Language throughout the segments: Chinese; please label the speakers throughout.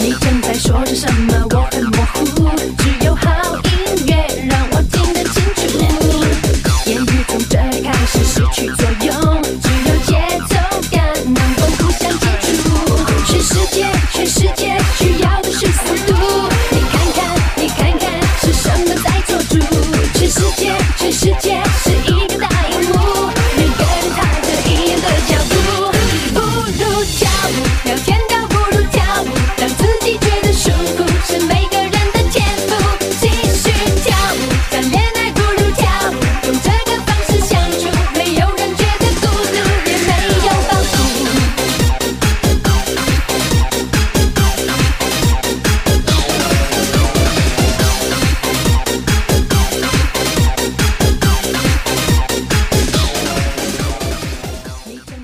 Speaker 1: 你正在说着什么？我很模糊，只有好音乐让我听得清楚。言语从这里开始失去作用，只有节奏感能够互相接触。全世界，全世界需要的是速度。你看看，你看看，是什么在做主？全世界，全世界是一个大荧幕，每个人抬着一样的脚步，不如跳舞，聊天倒不如跳舞，让自己觉得舒服是每个人的天赋。继续跳舞，谈恋爱不如跳舞，用这个方式相处，没有人觉得孤独，也没有包袱。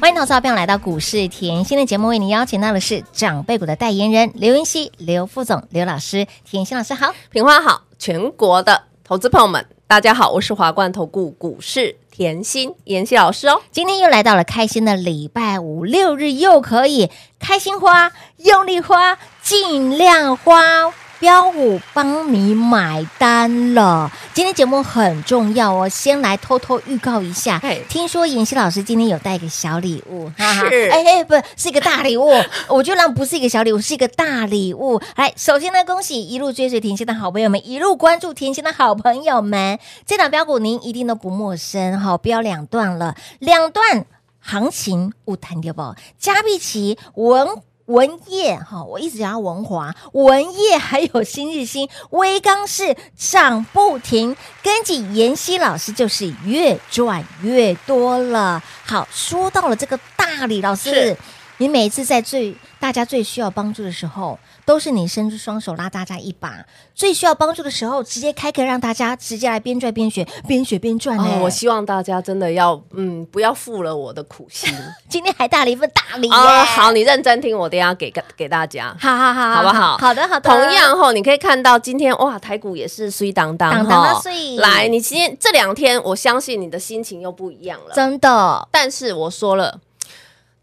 Speaker 2: 欢迎投资者朋友来到股市甜心的节目，为您邀请到的是长辈股的代言人刘云熙、刘副总、刘老师。甜心老师好，
Speaker 3: 平花好，全国的投资朋友们，大家好，我是华冠投顾股市甜心妍希老师哦。
Speaker 2: 今天又来到了开心的礼拜五，六日又可以开心花、用力花、尽量花。标五帮你买单了，今天节目很重要哦，先来偷偷预告一下
Speaker 3: 嘿。
Speaker 2: 听说妍希老师今天有带一个小礼物，哈哈
Speaker 3: 是
Speaker 2: 哎哎，不是一个大礼物，我觉得不是一个小礼物，是一个大礼物。来，首先呢，恭喜一路追随甜心的好朋友们，一路关注甜心的好朋友们，这档标股您一定都不陌生哈、标两段了，两段行情勿谈掉吧，加必奇文。文业哈、我一直讲到文华、文业，还有新日新、微刚是涨不停，跟紧妍希老师就是越赚越多了。好，说到了这个大理老师
Speaker 3: 是，
Speaker 2: 你每一次在最大家最需要帮助的时候，都是你伸出双手拉大家一把；最需要帮助的时候，直接开课让大家直接来边赚边学，边学边哎赚呢、
Speaker 3: 哦，我希望大家真的要，嗯，不要负了我的苦 心
Speaker 2: 今天还带了一份大礼耶、
Speaker 3: 啊、好，你认真听，我等一下给个给大家。
Speaker 2: 好好好，
Speaker 3: 好不好
Speaker 2: 好的好的，
Speaker 3: 同样哈，你可以看到今天哇，台股也是衰当当
Speaker 2: 当当
Speaker 3: 哈
Speaker 2: 啊水
Speaker 3: 来，你今天这两天，我相信你的心情又不一样了。
Speaker 2: 真的
Speaker 3: 但是我说了，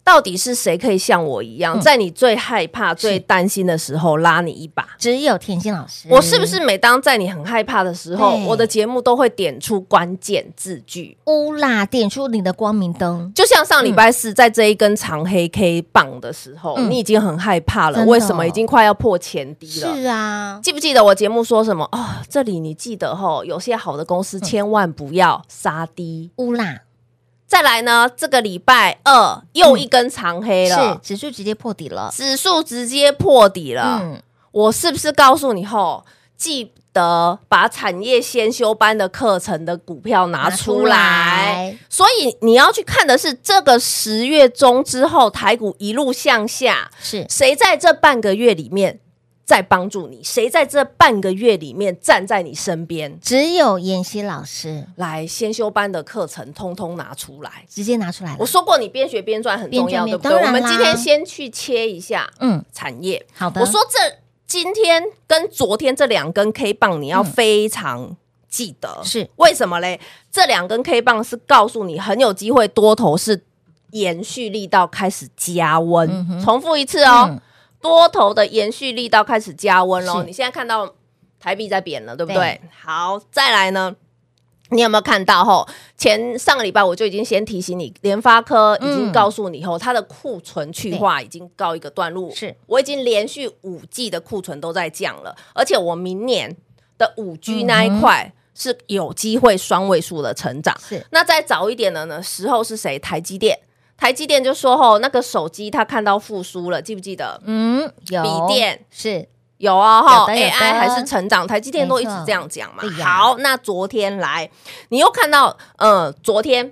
Speaker 3: 到底是谁可以像我一样，
Speaker 2: 嗯
Speaker 3: 在你最害怕、最担心的时候拉你一把？
Speaker 2: 只有甜心老师，
Speaker 3: 我是不是每当在你很害怕的时候，
Speaker 2: 对
Speaker 3: 我的节目都会点出关键字句？
Speaker 2: 乌啦点出你的光明灯？
Speaker 3: 就像上礼拜四在这一根长黑 K 棒的时候，
Speaker 2: 嗯
Speaker 3: 你已经很害怕
Speaker 2: 真
Speaker 3: 了，
Speaker 2: 的哦
Speaker 3: 为什么已经快要破前低了？
Speaker 2: 是啊，
Speaker 3: 记不记得我节目说什么？哦，这里你记得吼，有些好的公
Speaker 2: 嗯
Speaker 3: 司千万不要杀低。
Speaker 2: 乌啦
Speaker 3: 再来呢，这个礼拜二又一根长黑
Speaker 2: 嗯是
Speaker 3: 了，
Speaker 2: 指数直接破底了，
Speaker 3: 指数直接破底了。
Speaker 2: 嗯，
Speaker 3: 我是不是告诉你后，记得把产业先修班的课程的股票拿出来？所以你要去看的是这个十月中之后，台股一路向下，
Speaker 2: 是
Speaker 3: 谁在这半个月里面在帮助你？谁在这半个月里面站在你身边？
Speaker 2: 只有妍希老师
Speaker 3: 来，先修班的课程通通拿出来。
Speaker 2: 直接拿出来了
Speaker 3: 我，说过，你边学边赚很重
Speaker 2: 哎边赚
Speaker 3: 要，对
Speaker 2: 边
Speaker 3: 不对？
Speaker 2: 当
Speaker 3: 我
Speaker 2: 然啦
Speaker 3: 们今天先去切一下
Speaker 2: 嗯，
Speaker 3: 产业。
Speaker 2: 好的，
Speaker 3: 我说这今天跟昨天这两根 K 棒，你
Speaker 2: 嗯
Speaker 3: 要非常记得，
Speaker 2: 是
Speaker 3: 为什么嘞？这两根 K 棒是告诉你很有机会多头是延续力道开始加温，
Speaker 2: 嗯哼
Speaker 3: 重复一次哦，
Speaker 2: 嗯
Speaker 3: 多头的延续力道开始加温喽。
Speaker 2: 是
Speaker 3: 你现在看到台币在贬了，对不对？
Speaker 2: 对
Speaker 3: 好，再来呢？你有没有看到？吼，前上个礼拜我就已经先提醒你，联发科已经
Speaker 2: 嗯
Speaker 3: 告诉你，吼、它的库存去化已经告一个段落。
Speaker 2: 是
Speaker 3: 我已经连续五季的库存都在降了，而且我明年的五
Speaker 2: 嗯
Speaker 3: G 那一块是有机会双位数的成长。
Speaker 2: 是
Speaker 3: 那再早一点的呢，时候是谁？台积电。哦台积
Speaker 2: 呃
Speaker 3: 电就说吼，那个手机它看到复苏了，记不记得？
Speaker 2: 嗯有
Speaker 3: 笔电
Speaker 2: 是
Speaker 3: 有啊哈
Speaker 2: 嗯有的有的
Speaker 3: ，AI 还是成长，台积电都一直
Speaker 2: 没错
Speaker 3: 这样讲嘛
Speaker 2: 对。呀
Speaker 3: 好，那昨天来，你又看到，呃，昨天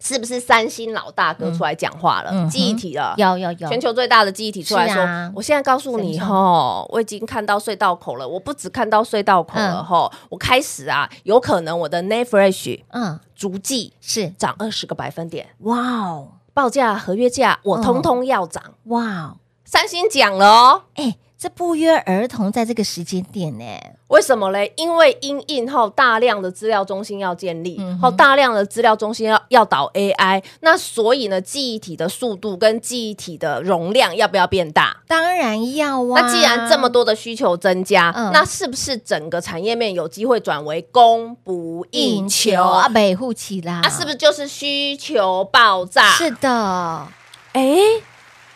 Speaker 3: 是不是三星老大哥出来讲话
Speaker 2: 嗯嗯
Speaker 3: 了，
Speaker 2: 哼
Speaker 3: 记忆体了？
Speaker 2: 有有有，
Speaker 3: 全球最大的记忆体出来
Speaker 2: 是
Speaker 3: 说，
Speaker 2: 啊
Speaker 3: 我现在告诉你
Speaker 2: 神
Speaker 3: 吼，我已经看到隧道口了。我不只看到隧道口
Speaker 2: 嗯
Speaker 3: 了吼，我开始啊，有可能我的 n e t f r e s h
Speaker 2: 嗯
Speaker 3: 逐季
Speaker 2: 是
Speaker 3: 涨二十个百分点，
Speaker 2: 哇哦
Speaker 3: 报价、合约价我
Speaker 2: 嗯
Speaker 3: 通通要涨。
Speaker 2: 哇哦，
Speaker 3: 三星讲了哦，
Speaker 2: 哎，这不约而同在这个时间点呢，
Speaker 3: 为什么嘞？因为因应后大量的资料中心要建立
Speaker 2: 嗯哼，
Speaker 3: 后、大量的资料中心要要导 AI，那所以呢，记忆体的速度跟记忆体的容量要不要变大？
Speaker 2: 当然要啊。
Speaker 3: 那既然这么多的需求增加，
Speaker 2: 嗯
Speaker 3: 那是不是整个产业面有机会转为供不应
Speaker 2: 应
Speaker 3: 求？
Speaker 2: 求啊，北护起啦，
Speaker 3: 啊，是不是啊就是需求爆炸？
Speaker 2: 是的，
Speaker 3: 哎，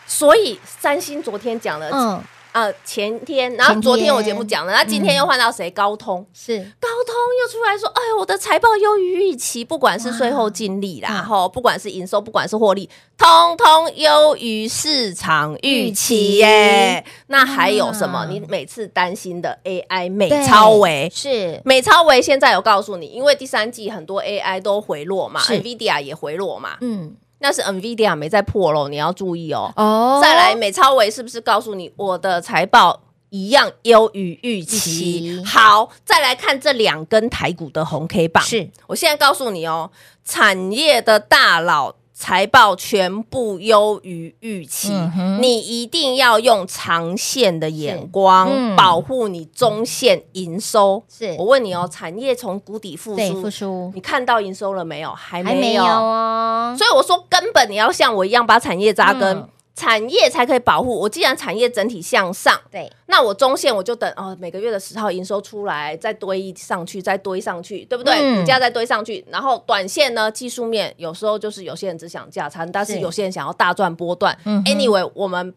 Speaker 3: 所以三星昨天讲了，
Speaker 2: 嗯，
Speaker 3: 呃，前天，然后
Speaker 2: 前
Speaker 3: 昨天我
Speaker 2: 天
Speaker 3: 节目讲了，那今天又换到谁？高通。
Speaker 2: 是
Speaker 3: 高通又出来说：“哎，我的财报优于预期，不管是税后净利啦，
Speaker 2: 哇嗯
Speaker 3: 吼，不管是营收，不管是获利，通通优于市场预期
Speaker 2: 啊
Speaker 3: 耶。那还有什么？
Speaker 2: 哇
Speaker 3: 你每次担心的 AI 美超维
Speaker 2: 对。是
Speaker 3: 美超维现在有告诉你，因为第三季很多 AI 都回落嘛
Speaker 2: 是
Speaker 3: ，NVIDIA 也回落嘛，
Speaker 2: 嗯
Speaker 3: 那是 NVIDIA 没在破喽，你要注意哦。
Speaker 2: 哦
Speaker 3: 再来，美超维是不是告诉你我的财报一样优于预
Speaker 2: 预
Speaker 3: 期
Speaker 2: 期？
Speaker 3: 好，再来看这两根台股的红 K 棒。
Speaker 2: 是
Speaker 3: 我现在告诉你哦，产业的大佬财报全部优于预期，
Speaker 2: 嗯哼
Speaker 3: 你一定要用长线的眼光、
Speaker 2: 是嗯
Speaker 3: 保护你中线营收。
Speaker 2: 是
Speaker 3: 我问你哦，产业从谷底复
Speaker 2: 对
Speaker 3: 苏，
Speaker 2: 复苏
Speaker 3: 你看到营收了没有？还
Speaker 2: 还
Speaker 3: 没
Speaker 2: 没
Speaker 3: 有
Speaker 2: 有哦，
Speaker 3: 所以我说，根本你要像我一样把产业扎根，
Speaker 2: 嗯
Speaker 3: 产业才可以保护。我既然产业整体向上，
Speaker 2: 对，
Speaker 3: 那我中线我就等哦，每个月的十号营收出来，再堆上去，再堆上去，对不对？
Speaker 2: 嗯
Speaker 3: 股价再堆上去，然后短线呢，技术面有时候就是有些人只想价差，但是
Speaker 2: 是
Speaker 3: 有些人想要大赚波段。
Speaker 2: 嗯哼
Speaker 3: anyway，我们。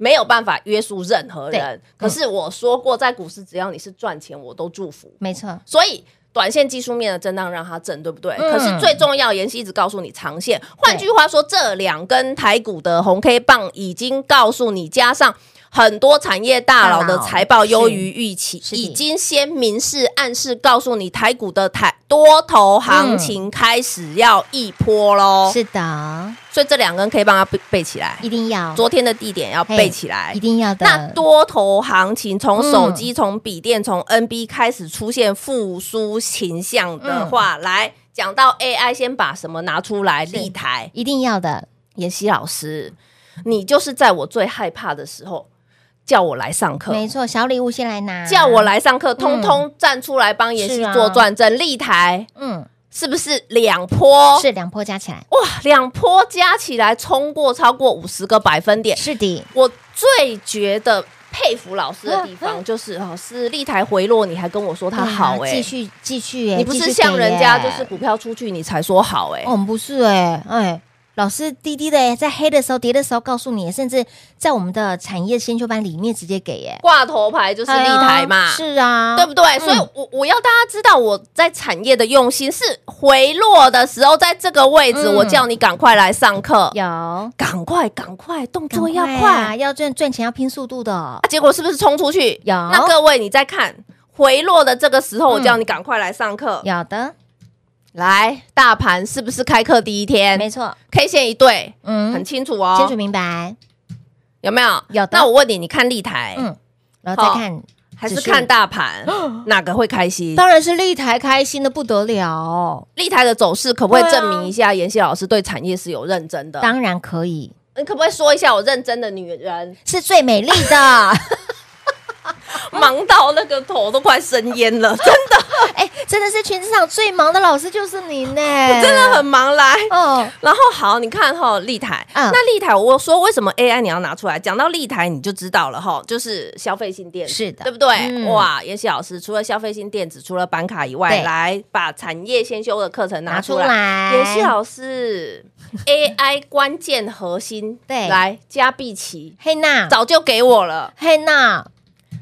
Speaker 3: 没有办法约束任何
Speaker 2: 嗯
Speaker 3: 人，可是我说过，在股市只要你是赚钱，我都祝福。
Speaker 2: 没错，
Speaker 3: 所以短线技术面的震荡让它震，对不对？
Speaker 2: 嗯
Speaker 3: 可是最重要，妍希一直告诉你长线。换句话说，这两根台股的红 K 棒已经告诉你，加上。很多产业大佬
Speaker 2: 大
Speaker 3: 的
Speaker 2: 佬
Speaker 3: 财报优于预期
Speaker 2: 是，的
Speaker 3: 已经先明示暗示告诉你，台股的台多头行情开始要一波喽。
Speaker 2: 是嗯的，
Speaker 3: 所以这两根 K 棒要背背起来，
Speaker 2: 一定要
Speaker 3: 昨天的地点要
Speaker 2: 嘿
Speaker 3: 背起来
Speaker 2: 一，定要的，
Speaker 3: 那多头行情从
Speaker 2: 嗯
Speaker 3: 手机、从笔电、从 NB 开始出现复苏形象的话，
Speaker 2: 嗯
Speaker 3: 来讲到 AI，先把什么拿出来？
Speaker 2: 是
Speaker 3: 立台，
Speaker 2: 一定要的，
Speaker 3: 妍希老师，你就是在我最害怕的时候叫我来上课。
Speaker 2: 没错，小礼物先来拿，
Speaker 3: 叫我，来上课，通通站出来帮妍
Speaker 2: 是
Speaker 3: 希
Speaker 2: 啊
Speaker 3: 做转正。立台
Speaker 2: 嗯，
Speaker 3: 是不是两波？
Speaker 2: 是两波加起来，
Speaker 3: 哇，两波加起来冲过超过五十个百分点，
Speaker 2: 是的，
Speaker 3: 我最觉得佩服老师的地
Speaker 2: 嗯
Speaker 3: 方，就是老师立台回落，你还跟我说他好
Speaker 2: 对啊
Speaker 3: 哎
Speaker 2: 继，续继续，哎
Speaker 3: 你不
Speaker 2: 继
Speaker 3: 是
Speaker 2: 续
Speaker 3: 像
Speaker 2: 给
Speaker 3: 人家
Speaker 2: 耶
Speaker 3: 就是股票出去你才说好哎，
Speaker 2: 哦，我们不是哎、哎，老师滴滴的、在黑的时候、跌的时候告诉你，甚至在我们的产业先修班里面直接给耶、
Speaker 3: 挂头牌就是立台嘛，
Speaker 2: 是啊，
Speaker 3: 对不对？
Speaker 2: 嗯
Speaker 3: 所以我我要大家知道我在产业的用心是回落的时候，在这个位置，
Speaker 2: 嗯
Speaker 3: 我叫你赶快来上课，
Speaker 2: 有
Speaker 3: 赶快赶快，动作
Speaker 2: 赶
Speaker 3: 要
Speaker 2: 啊
Speaker 3: 快，
Speaker 2: 要赚赚钱要拼速度的
Speaker 3: 啊，，结果是不是冲出去？
Speaker 2: 有
Speaker 3: 那各位你再看回落的这个时候，我
Speaker 2: 嗯
Speaker 3: 叫你赶快来上课，
Speaker 2: 有的，
Speaker 3: 来，大盘是不是开课第一
Speaker 2: 没
Speaker 3: 天
Speaker 2: 错，
Speaker 3: K 线一对，
Speaker 2: 嗯，
Speaker 3: 很清楚哦，
Speaker 2: 清楚明白，
Speaker 3: 有没有？
Speaker 2: 有的
Speaker 3: 那我问你，你看立台，
Speaker 2: 嗯，然后再
Speaker 3: 好
Speaker 2: 看，
Speaker 3: 还是
Speaker 2: 指数
Speaker 3: 看大 盘，哪个会开心？
Speaker 2: 当然是立台开心的不得 了，
Speaker 3: 立台的走势可不可以
Speaker 2: 对啊
Speaker 3: 证明一下，妍希老师对产业是有认真的？
Speaker 2: 当然可以，
Speaker 3: 你可不可以说一下，我认真的女人
Speaker 2: 是最美丽的，嗯
Speaker 3: 忙到那个头都快生烟了，真
Speaker 2: 哎，真的是全职场最忙的老师就是你呢，
Speaker 3: 真的很忙来。
Speaker 2: 哦，
Speaker 3: 然后好，你看哈、立台，
Speaker 2: 嗯
Speaker 3: 那立台，我说为什么 AI 你要拿出来？讲到立台，你就知道了哈、就是消费性电子，
Speaker 2: 是的
Speaker 3: 对不对？
Speaker 2: 嗯
Speaker 3: 哇，妍希老师除了消费性电子，除了板卡以外，
Speaker 2: 对
Speaker 3: 来把产业先修的课程拿
Speaker 2: 拿
Speaker 3: 出
Speaker 2: 出
Speaker 3: 来。
Speaker 2: 来，
Speaker 3: 妍希老师，AI 关键核心，
Speaker 2: 对
Speaker 3: 来加碧琪
Speaker 2: 嘿娜，
Speaker 3: 早就给我了。
Speaker 2: 嘿娜，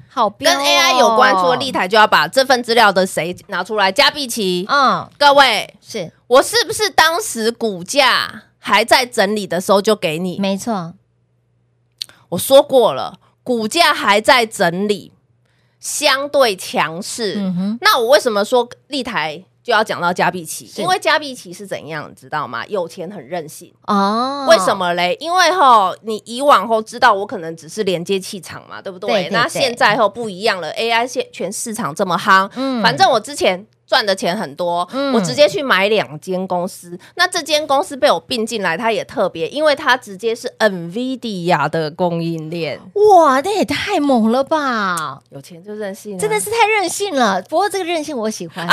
Speaker 2: 好标
Speaker 3: 跟
Speaker 2: 哦
Speaker 3: AI 有关，除了立，台，就要把这份资料的谁拿出来？加碧琪，
Speaker 2: 嗯，
Speaker 3: 各位，
Speaker 2: 是
Speaker 3: 我是不是当时股价还在整理的时候就给你？
Speaker 2: 没错，
Speaker 3: 我说过了，股价还在整理，相对强势。
Speaker 2: 嗯哼，
Speaker 3: 那我为什么说立台就要讲到加币期？
Speaker 2: 是
Speaker 3: 因为加币期是怎样，你知道吗？有钱很任性。
Speaker 2: 哦，
Speaker 3: 为什？么嘞？因为吼，你以往后知道我可能只是连接气场嘛，对不对？
Speaker 2: 对对
Speaker 3: 那
Speaker 2: 对
Speaker 3: 现在后不一样了，AI 现全市场这么夯，
Speaker 2: 嗯
Speaker 3: 反正我之前。赚的钱很多，
Speaker 2: 嗯
Speaker 3: 我直接去买两间公司。那这间公司被我并进来，它也特别，因为它直接是 NVIDIA 的供应链，
Speaker 2: 哇，那也太猛了吧！
Speaker 3: 有钱就任性啊、
Speaker 2: 真的是太任性了。不过这个任性我喜 欢，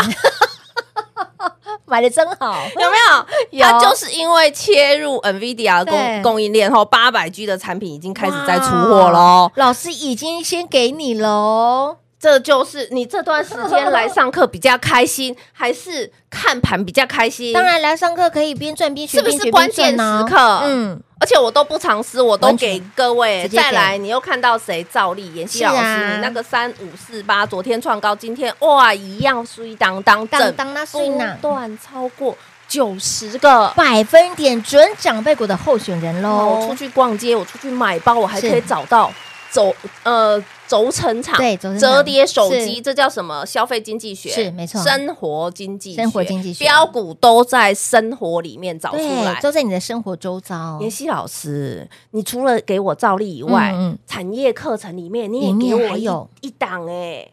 Speaker 2: 买的真好。
Speaker 3: 有没有？
Speaker 2: 有
Speaker 3: 它就是因为切入 NVIDIA 的
Speaker 2: 对
Speaker 3: 供供应链后，八百 G 的产品已经开始在出货喽
Speaker 2: 哇。老师已经先给你喽。
Speaker 3: 这就是你这段时间来上课比较开心，还是看盘比较开心？
Speaker 2: 当，然来上课可以边赚边学，
Speaker 3: 是不
Speaker 2: 边学
Speaker 3: 是关键
Speaker 2: 边赚啊
Speaker 3: 时刻？？
Speaker 2: 嗯，
Speaker 3: 而且我都不藏私，我都
Speaker 2: 完全
Speaker 3: 给各位。
Speaker 2: 直接给
Speaker 3: 再来，你又看到谁？赵丽、妍希老师，
Speaker 2: 是啊
Speaker 3: 你那个三五四八，昨天创高，今天哇，一样水当当
Speaker 2: 当
Speaker 3: 正，
Speaker 2: 当那碎
Speaker 3: 不
Speaker 2: 呢？
Speaker 3: 断超过九十个。
Speaker 2: 百分点准长辈股的候选人
Speaker 3: 哦，我
Speaker 2: 喽
Speaker 3: 出。去逛街，我出去买包，我还
Speaker 2: 是
Speaker 3: 可以找到轴呃轴承厂，
Speaker 2: 对轴承厂
Speaker 3: 折叠手
Speaker 2: 是
Speaker 3: 机，这叫什么？消费经济学
Speaker 2: 是没错
Speaker 3: 生活经济学，
Speaker 2: 生活经济学
Speaker 3: 标股都在生活里面找出
Speaker 2: 对，
Speaker 3: 来。
Speaker 2: 都在你的生活周遭。
Speaker 3: 妍希老师，你除了给我照例以外，
Speaker 2: 嗯嗯
Speaker 3: 产业课程里面你
Speaker 2: 里
Speaker 3: 也
Speaker 2: 面
Speaker 3: 给
Speaker 2: 还
Speaker 3: 我
Speaker 2: 有
Speaker 3: 一一档哎、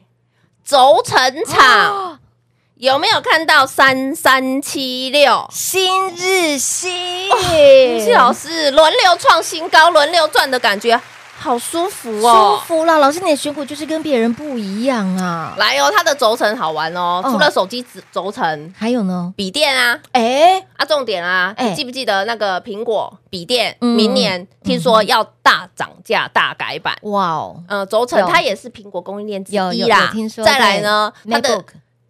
Speaker 3: 轴承厂、 有没有看到三三七六？
Speaker 2: 新日新，
Speaker 3: 哦妍希老师轮流创新高，轮流赚的感觉，好舒服
Speaker 2: 舒
Speaker 3: 哦。
Speaker 2: 服啦！老师，你的选股就是跟别人不一样啊。
Speaker 3: 来哦，它的轴承好玩哦，
Speaker 2: 嗯
Speaker 3: 除了手机轴轴承，
Speaker 2: 还有呢？
Speaker 3: 笔电啊
Speaker 2: 哎，
Speaker 3: 啊，重点啊，
Speaker 2: 哎
Speaker 3: 你记不记得那个苹果笔电，
Speaker 2: 嗯
Speaker 3: 明年听说要大涨价、大改版。
Speaker 2: 哇哦，
Speaker 3: 呃，轴承
Speaker 2: 有
Speaker 3: 它也是苹果供应链之
Speaker 2: 有
Speaker 3: 一
Speaker 2: 有
Speaker 3: 啦。
Speaker 2: 有听说
Speaker 3: 再来呢，
Speaker 2: 对
Speaker 3: 它的
Speaker 2: MacBook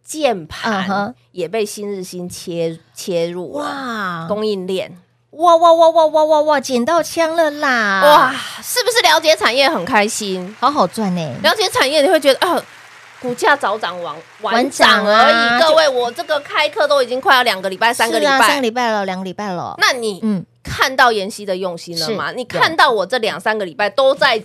Speaker 3: 键
Speaker 2: 嗯哼
Speaker 3: 盘也被新日新切切入哇，
Speaker 2: 哇，
Speaker 3: 供应链
Speaker 2: 哇哇哇哇哇哇哇，捡到枪了啦！
Speaker 3: 哇，，是不是了解产业很开心？
Speaker 2: 好好赚欸呢、
Speaker 3: 了解产业，你会觉得啊、股价早涨晚晚涨
Speaker 2: 晚
Speaker 3: 而
Speaker 2: 涨啊
Speaker 3: 已。各位，我这个开课都已经快要两个礼拜、三个礼
Speaker 2: 是啊三
Speaker 3: 拜，
Speaker 2: 个礼拜了，两个礼拜了。
Speaker 3: 那你
Speaker 2: 嗯，
Speaker 3: 看到妍希的用心了吗？
Speaker 2: 是
Speaker 3: 你看到我这两三个礼拜都在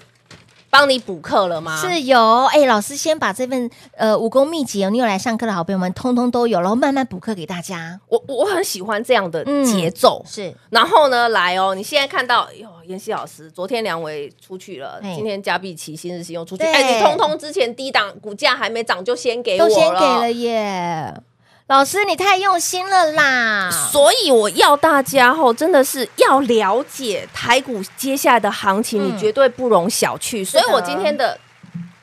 Speaker 3: 帮你补课了吗？
Speaker 2: 是有哎、老师先把这份呃武功秘籍哦，你有来上课的好朋友们，通通都有，然后慢慢补课给大家。
Speaker 3: 我我很喜欢这样的
Speaker 2: 嗯
Speaker 3: 节奏。
Speaker 2: 是
Speaker 3: 然后呢，来哦，你现在看到哟，妍希老师，昨天梁伟出去了，
Speaker 2: 嘿
Speaker 3: 今天加碧奇、新日新又出去，
Speaker 2: 对
Speaker 3: 哎，你通通之前低档股价还没涨就先给我
Speaker 2: 都先给了耶，老师你太用心了啦！
Speaker 3: 所以我要大家吼，真的是要了解台股接下来的行情，
Speaker 2: 嗯
Speaker 3: 你绝对不容小觑。所以我今天的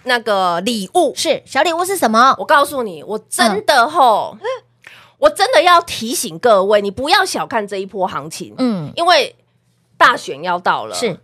Speaker 3: 那个礼物，
Speaker 2: 是小礼物是什么？
Speaker 3: 我告诉你，我真的吼，我真的要提醒各位，你不要小看这一波行情，
Speaker 2: 嗯，
Speaker 3: 因为大选要到了，
Speaker 2: 是，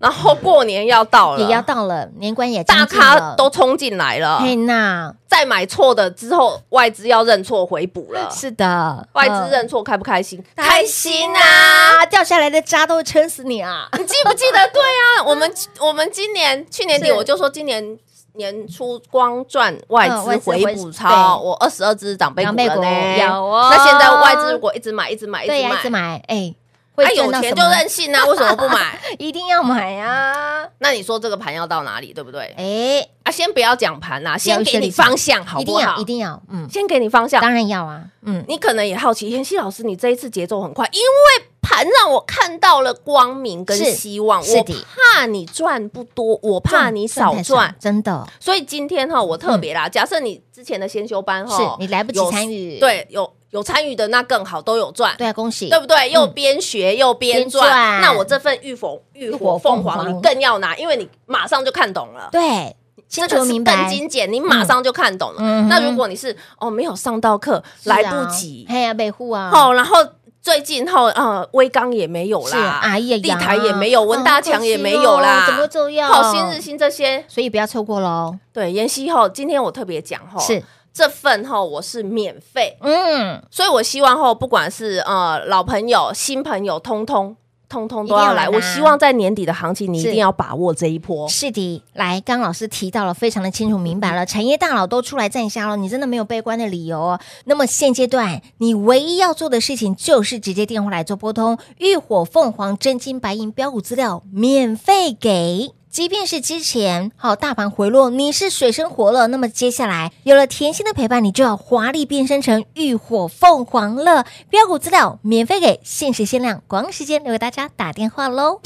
Speaker 3: 然后过年要到了，
Speaker 2: 也要到了，年关也
Speaker 3: 大
Speaker 2: 将近了
Speaker 3: 咖都冲进来了，
Speaker 2: 嘿那
Speaker 3: 再买错的之后，外资要认错回补了。
Speaker 2: 是的，
Speaker 3: 外
Speaker 2: 嗯
Speaker 3: 资认错开不开心？
Speaker 2: 开
Speaker 3: 心啊！
Speaker 2: 啊，掉下来的渣都会撑死你啊！
Speaker 3: 你记不记得？对 啊，我们我们今年去年底
Speaker 2: 是
Speaker 3: 我就说今年。年初光赚外
Speaker 2: 嗯外
Speaker 3: 资
Speaker 2: 资回
Speaker 3: 回补超，
Speaker 2: 对
Speaker 3: 我二十二只长辈股
Speaker 2: 长
Speaker 3: 了
Speaker 2: 辈
Speaker 3: 呢。
Speaker 2: 股有哦
Speaker 3: 那现在外资如果一直买，一直买，一直
Speaker 2: 对呀、
Speaker 3: 买，
Speaker 2: 一直买，哎、
Speaker 3: 他、
Speaker 2: 会
Speaker 3: 有
Speaker 2: 赚到
Speaker 3: 钱
Speaker 2: 什
Speaker 3: 就
Speaker 2: 么？
Speaker 3: 任 性啊，为什么不买？
Speaker 2: 一定要买啊！
Speaker 3: 那你说这个盘要到哪里，对不对？
Speaker 2: 哎、
Speaker 3: 啊，先不要讲盘啦，先给你方向好
Speaker 2: 一
Speaker 3: 不
Speaker 2: 定要，
Speaker 3: 好
Speaker 2: 一？定要，嗯，
Speaker 3: 先给你方向。
Speaker 2: 当然要啊，嗯，
Speaker 3: 你可能也好奇，妍希老师，你这一次节奏很快，因为盘让我看到了光明跟
Speaker 2: 是
Speaker 3: 希望。
Speaker 2: 是
Speaker 3: 我
Speaker 2: 的
Speaker 3: 怕你赚不多，我怕你少
Speaker 2: 太
Speaker 3: 赚，
Speaker 2: 真的
Speaker 3: 所以今天哈，我特别啦，假设你之前的先修班
Speaker 2: 是
Speaker 3: 哈，
Speaker 2: 你来不及
Speaker 3: 哦有
Speaker 2: 参与
Speaker 3: 对，有有参与的那更好，都有赚。
Speaker 2: 对啊，恭喜，
Speaker 3: 对不对？又边学又边
Speaker 2: 边赚
Speaker 3: 赚，那我这份浴火浴火凤凰
Speaker 2: 凤凰
Speaker 3: 你更要拿，因为你马上就看懂了。
Speaker 2: 对，清
Speaker 3: 这
Speaker 2: 楚
Speaker 3: 个是
Speaker 2: 明
Speaker 3: 更
Speaker 2: 白，
Speaker 3: 精简，你马上就看懂了。
Speaker 2: 嗯
Speaker 3: 那如果你是哦没有上到课，
Speaker 2: 是啊
Speaker 3: 来不及，
Speaker 2: 嘿呀，北户啊，
Speaker 3: 哦，然后最近后呃威刚也没有
Speaker 2: 是
Speaker 3: 啦，
Speaker 2: 哎呀，
Speaker 3: 立台也没有，文大强也没有
Speaker 2: 哦
Speaker 3: 啦，
Speaker 2: 好可惜咯怎么会这样？
Speaker 3: 好新日新这些，
Speaker 2: 所以不要错过喽，
Speaker 3: 对妍希后，今天我特别讲后
Speaker 2: 是，
Speaker 3: 这份哈我是免费，
Speaker 2: 嗯，
Speaker 3: 所以我希望后不管是呃老朋友、新朋友，通通通通都要
Speaker 2: 一定要来
Speaker 3: 来。我希望在年底的行情，你一
Speaker 2: 是
Speaker 3: 定要把握这一波。
Speaker 2: 是的，来，刚老师提到了，非常的清楚明白了，产业大佬都出来站下了，你真的没有悲观的理由哦。那么现阶段，你唯一要做的事情就是直接电话来做拨通，浴火凤凰真金白银标股资料免费给。即便是之前好大盘回落，你是水深火热，那么接下来有了甜心的陪伴，你就要华丽变身成浴火凤凰了。标股资料免费给，限时限量，光时间留给大家打电话喽。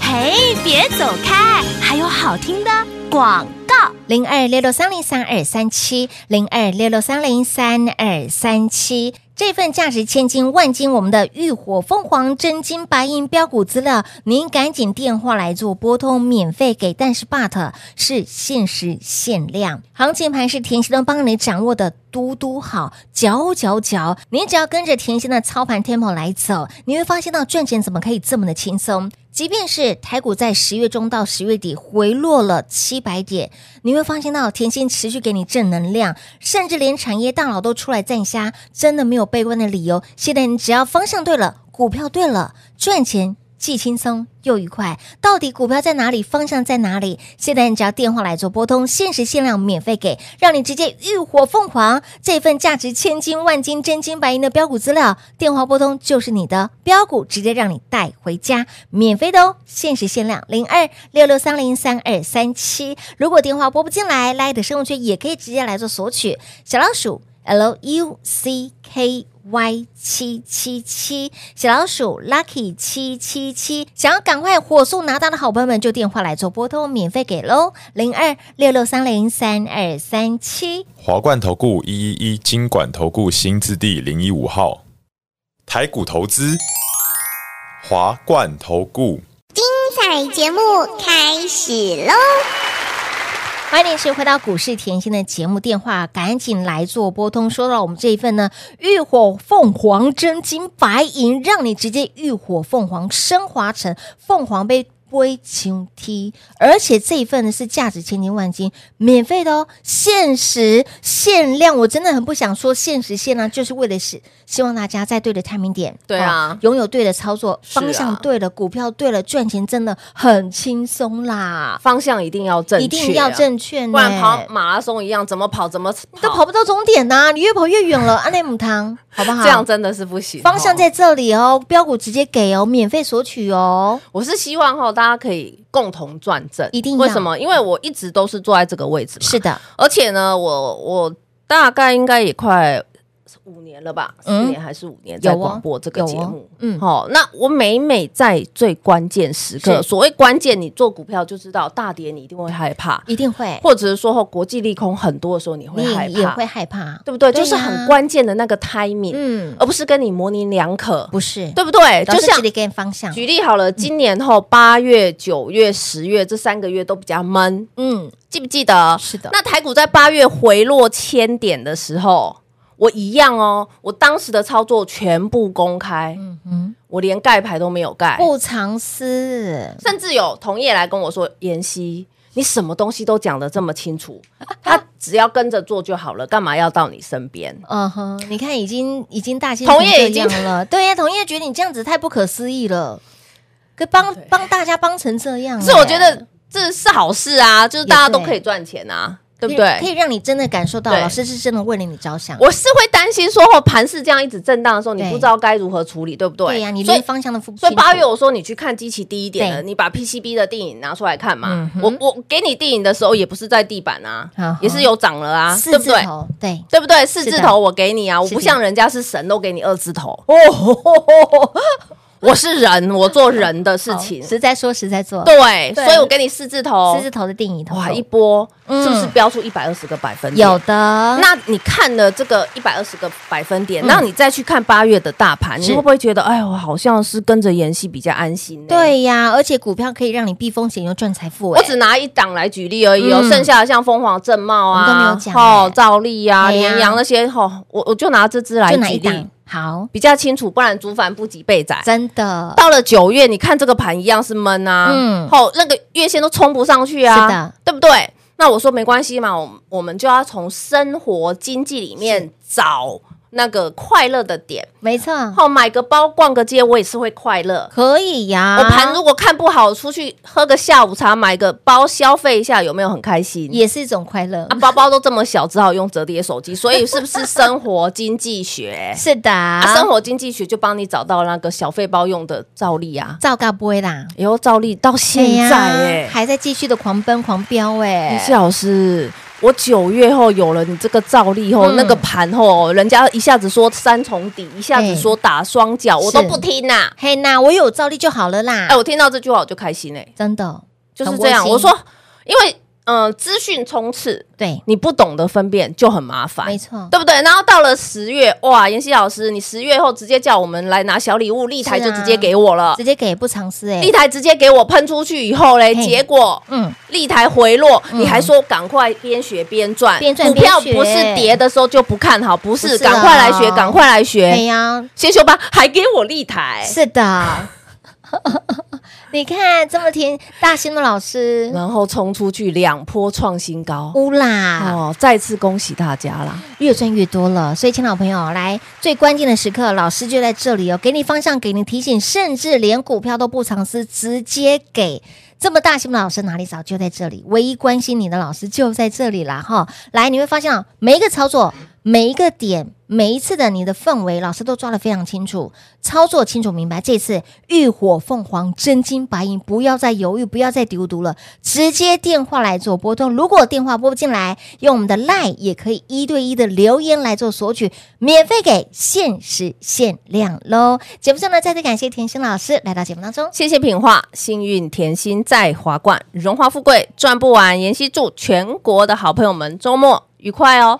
Speaker 4: 嘿，别走开，还有好听的广告。
Speaker 2: 零二六六三零三二三七，零二六六三零三二三七。这份价值千金万金，我们的浴火凤凰真金白银标股资料，您赶紧电话来做拨通，免费给。但是 but 是限时限量，行情盘是甜心都帮你掌握的嘟嘟好，嚼嚼嚼。你只要跟着甜心的操盘 tempo 来走，你会发现到赚钱怎么可以这么的轻松。即便是台股在十月中到十月底回落了七百点，你会发现到甜心持续给你正能量，甚至连产业大佬都出来赞虾，真的没有悲观的理由。现在你只要方向对了，股票对了，赚钱既轻松又愉快。到底股票在哪里，方向在哪里？现在你只要电话来做拨通，限时限量免费给，让你直接浴火凤凰。这份价值千金万金、真金白银的标股资料，电话拨通就是你的标股，直接让你带回家，免费的哦，限时限量零二六六三零三二三七。如果电话拨不进来，来的生活圈也可以直接来做索取。小老鼠 L U C K。Y 七七七小老鼠 Lucky 七七七，想要赶快火速拿到的好朋友们，就电话来做拨通，免费给喽，零二六六三零三二三七。
Speaker 5: 华冠投顾一一一金管投顾新字第零一五号，台股投资，华冠投顾。
Speaker 6: 彩节目开始喽！
Speaker 2: 欢迎你是回到股市甜心的节目电话，赶紧来做拨通。说到我们这一份呢，浴火凤凰真金白银，让你直接浴火凤凰升华成凤凰杯。微情梯，而且这一份呢是价值千金万金，免费的哦，限时限量。我真的很不想说限时限量，就是为了是希望大家在对的 timing 点，
Speaker 3: 对啊
Speaker 2: 哦拥有对的操作方向，
Speaker 3: 啊
Speaker 2: 对了，股票对了，赚钱真的很轻松啦。
Speaker 3: 方向一定要正确啊，
Speaker 2: 一定要正确呢，
Speaker 3: 不然跑马拉松一样，怎么跑怎么
Speaker 2: 都跑不到终点呐、你越跑越远了。安内母 汤，好不好？
Speaker 3: 这样真的是不行。
Speaker 2: 方向
Speaker 3: 哦，
Speaker 2: 在这里哦，标股直接给哦，免费索取哦。
Speaker 3: 我是希望哈，大家可以共同转正，
Speaker 2: 一定要
Speaker 3: 为什么？因为我一直都是坐在这个位置嘛，
Speaker 2: 是的，
Speaker 3: 而且呢，我我大概应该也快五年了吧，
Speaker 2: 嗯
Speaker 3: 四年还是五年在
Speaker 2: 有哦
Speaker 3: 广播这个节
Speaker 2: 有
Speaker 3: 目
Speaker 2: 哦。嗯
Speaker 3: 好、那我每每在最关键时刻，
Speaker 2: 是
Speaker 3: 所谓关键，你做股票就知道大跌，你一定会害怕，
Speaker 2: 一定会，
Speaker 3: 或者是说后国际利空很多的时候，你会
Speaker 2: 你
Speaker 3: 害
Speaker 2: 也
Speaker 3: 怕，
Speaker 2: 会害怕，
Speaker 3: 对不对？
Speaker 2: 对呀
Speaker 3: 就是很关键的那个 timing，、
Speaker 2: 嗯，
Speaker 3: 而不是跟你模棱两可，
Speaker 2: 不是，嗯
Speaker 3: 对不对？
Speaker 2: 老
Speaker 3: 就
Speaker 2: 师
Speaker 3: 像
Speaker 2: 给你给你方向，
Speaker 3: 举例好了，今年后八月、九月、十月这三个月都比较闷，
Speaker 2: 嗯，
Speaker 3: 记不记得？
Speaker 2: 是的
Speaker 3: 那台股在八月回落千点的时候，我一样哦，我当时的操作全部公开，嗯哼，我连盖牌都没有盖，
Speaker 2: 不藏私，
Speaker 3: 甚至有同业来跟我说：“妍希，你什么东西都讲得这么清楚， 他只要跟着做就好了，干嘛要到你身边？”
Speaker 2: 嗯哼，你看已经已经大兴
Speaker 3: 同业已
Speaker 2: 这
Speaker 3: 经
Speaker 2: 样 了，对呀，同业觉得你这样子太不可思议了，可帮帮大家帮成这样，哎
Speaker 3: 是我觉得这是好事啊，就是大家都可以赚钱啊，对不
Speaker 2: 可以
Speaker 3: 对？
Speaker 2: 让你真的感受到
Speaker 3: 对
Speaker 2: 老师是真的为了你着想，
Speaker 3: 我是会担心说，哦，盘势这样一直震荡的时候，你
Speaker 2: 对
Speaker 3: 不知道该如何处理，对不对？
Speaker 2: 对呀，你
Speaker 3: 所以
Speaker 2: 连方向都分不
Speaker 3: 所
Speaker 2: 清
Speaker 3: 以
Speaker 2: 楚，
Speaker 3: 八月我说你去看基期低一点的，
Speaker 2: 对
Speaker 3: 你把 PCB 的电影拿出来看嘛
Speaker 2: 嗯。哼
Speaker 3: 我我给你电影的时候也不是在地板啊
Speaker 2: 嗯哼，
Speaker 3: 也是有涨了啊，对
Speaker 2: 四
Speaker 3: 不
Speaker 2: 字
Speaker 3: 对？
Speaker 2: 头，对，
Speaker 3: 对不对？四字
Speaker 2: 是
Speaker 3: 头
Speaker 2: 的
Speaker 3: 我给你啊，我
Speaker 2: 是的
Speaker 3: 不像人家是神都给你二字 头。哦我是人，我做人的事情
Speaker 2: 好。实在说实在做，
Speaker 3: 对，
Speaker 2: 对
Speaker 3: 所以我给你四字头
Speaker 2: 狮，子头的定义头，
Speaker 3: 哇，一波
Speaker 2: 嗯
Speaker 3: 是不是标出一百二十个百分点？
Speaker 2: 有的
Speaker 3: 那你看了这个一百二十个百分点，
Speaker 2: 嗯
Speaker 3: 那你再去看八月的大盘，你
Speaker 2: 是
Speaker 3: 会不会觉得，哎，我好像是跟着妍希比较安心呢？
Speaker 2: 对呀，而且股票可以让你避风险又赚财富，
Speaker 3: 我
Speaker 2: 哎
Speaker 3: 只拿一档来举例而已哦，
Speaker 2: 嗯
Speaker 3: 剩下的像凤凰正茂啊，
Speaker 2: 我们都没有讲
Speaker 3: 哦
Speaker 2: 哎，
Speaker 3: 兆利啊、
Speaker 2: 哎呀
Speaker 3: 联阳那些，哦，我我就拿这支来
Speaker 2: 哎就哪
Speaker 3: 举
Speaker 2: 一
Speaker 3: 例哎
Speaker 2: 档，好，
Speaker 3: 比较清楚，不然竹凡不及被宰。
Speaker 2: 真的
Speaker 3: 到了九月，你看这个盘一样是闷啊，
Speaker 2: 嗯
Speaker 3: 嗯，后那个月线都冲不上去
Speaker 2: 是
Speaker 3: 啊
Speaker 2: 的，
Speaker 3: 对不对？那我说没关系嘛，我我们就要从生活经济里面找那个快乐的点。
Speaker 2: 没错，
Speaker 3: 后买个包、逛个街，我也是会快乐。
Speaker 2: 可以呀。
Speaker 3: 我盘如果看不好，出去喝个下午茶，买个包消费一下，有没有很开心？
Speaker 2: 也是一种快乐？
Speaker 3: 啊，。包包都这么小，只好用折叠手机，所以是不是生活经济 学
Speaker 2: 是的，
Speaker 3: 啊，生活经济学就帮你找到那个小费包用的照例啊，
Speaker 2: 照告不会啦。
Speaker 3: 以后照例到现在
Speaker 2: 哎
Speaker 3: 哎、
Speaker 2: 呀还在继续的狂奔狂飙哎
Speaker 3: 李、欸、老师，我九月后有了你这个照例后，
Speaker 2: 嗯
Speaker 3: 那个盘后，人家一下子说三重底，一下子说打双脚，我都
Speaker 2: 哎是啊
Speaker 3: 不听呐、
Speaker 2: 嘿，那我有照例就好了啦。
Speaker 3: 哎、我听到这句话我就开心哎、
Speaker 2: 真的
Speaker 3: 就是
Speaker 2: 很
Speaker 3: 这
Speaker 2: 窝
Speaker 3: 样。
Speaker 2: 心
Speaker 3: 我说，因为嗯、呃资讯充斥，
Speaker 2: 对，
Speaker 3: 你不懂得分辨就很麻烦，
Speaker 2: 没错，
Speaker 3: 对不对？然后到了十月，哇，妍希老师，你十月后直接叫我们来拿小礼物，立台
Speaker 2: 是啊
Speaker 3: 就直接给我了
Speaker 2: 直。接给不尝试哎
Speaker 3: 立。台直接给我喷出去以后嘞，
Speaker 2: 嘿
Speaker 3: 结果
Speaker 2: 嗯，
Speaker 3: 立台回落，
Speaker 2: 嗯
Speaker 3: 你还说赶快边学边赚，
Speaker 2: 边赚
Speaker 3: 股票
Speaker 2: 边学
Speaker 3: 不是跌的时候就不看好，不
Speaker 2: 不
Speaker 3: 是，
Speaker 2: 是啊
Speaker 3: 赶快来学，赶快来
Speaker 2: 对
Speaker 3: 学，
Speaker 2: 呀，
Speaker 3: 先修班还给我立台，
Speaker 2: 是的。 你看这么甜，大兴的老师
Speaker 3: 然后冲出去两波创新高，
Speaker 2: 乌啦，
Speaker 3: 哦，再次恭喜大家啦！
Speaker 2: 越赚越多了。所以，亲老朋友，来最关键的时刻，老师就在这里哦，给你方向，给你提醒，甚至连股票都不藏私，直接给。这么大新的老师哪里找？就在这里，唯一关心你的老师就在这里啦！哈，来，你会发现啊，每一个操作，每一个点，每一次的你的氛围，老师都抓得非常清楚，操作清楚明白。这次浴火凤凰，真金白银，不要再犹豫，不要再丢毒了，直接电话来做拨通。如果电话拨不进来，用我们的 LINE 也可以一对一的留言来做索取，免费给限时限量喽。节目上呢，再次感谢甜心老师来到节目当中。
Speaker 3: 谢谢品画，幸运甜心在华冠，荣华富贵赚不完。妍希祝全国的好朋友们周末愉快哦！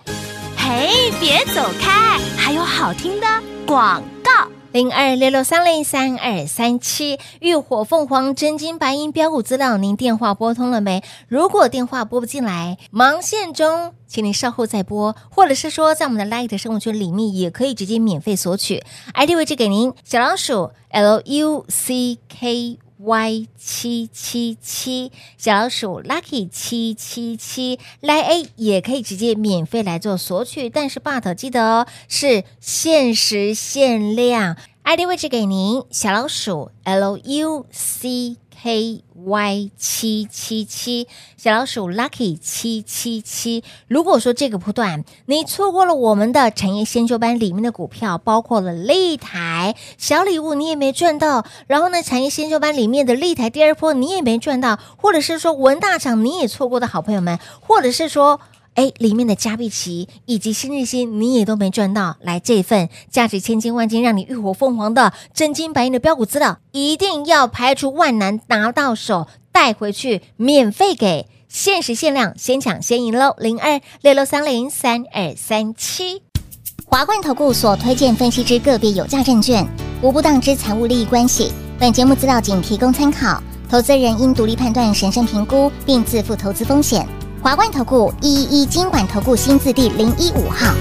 Speaker 4: 嘿，别走开，还有好听的广告。
Speaker 2: 零二六六三零三二三七，浴火凤凰真金白银标股资料，您电话拨通了没？如果电话拨不进来，忙线中，请您稍后再拨，或者是说在我们的 Light 生活圈里面也可以直接免费索取，ID 位置给您小老鼠 L U C K。Y 七七七小老鼠 Lucky 七七七来 A 也可以直接免费来做索取，但是 But 记得哦，是限时限量，ID 位置给您小老鼠 L U C K Y 七七七小老鼠 Lucky 七七七。如果说这个波段你错过了我们的产业先修班里面的股票，包括了立台小礼物你也没赚到，然后呢产业先修班里面的立台第二波你也没赚到，或者是说文大厂你也错过的好朋友们，或者是说。哎，里面的加币奇以及新日新，你也都没赚到。来这份价值千金万金，让你浴火凤凰的真金白银的标股资料，一定要排除万难拿到手，带回去免费给，限时限量，先抢先赢喽！零二六六三零三二三七。
Speaker 6: 华冠投顾所推荐分析之个别有价证券，无不当之财务利益关系。本节目资料仅提供参考，投资人应独立判断、审慎评估，并自负投资风险。华冠投顾一一一金管投顾新字第零一五号。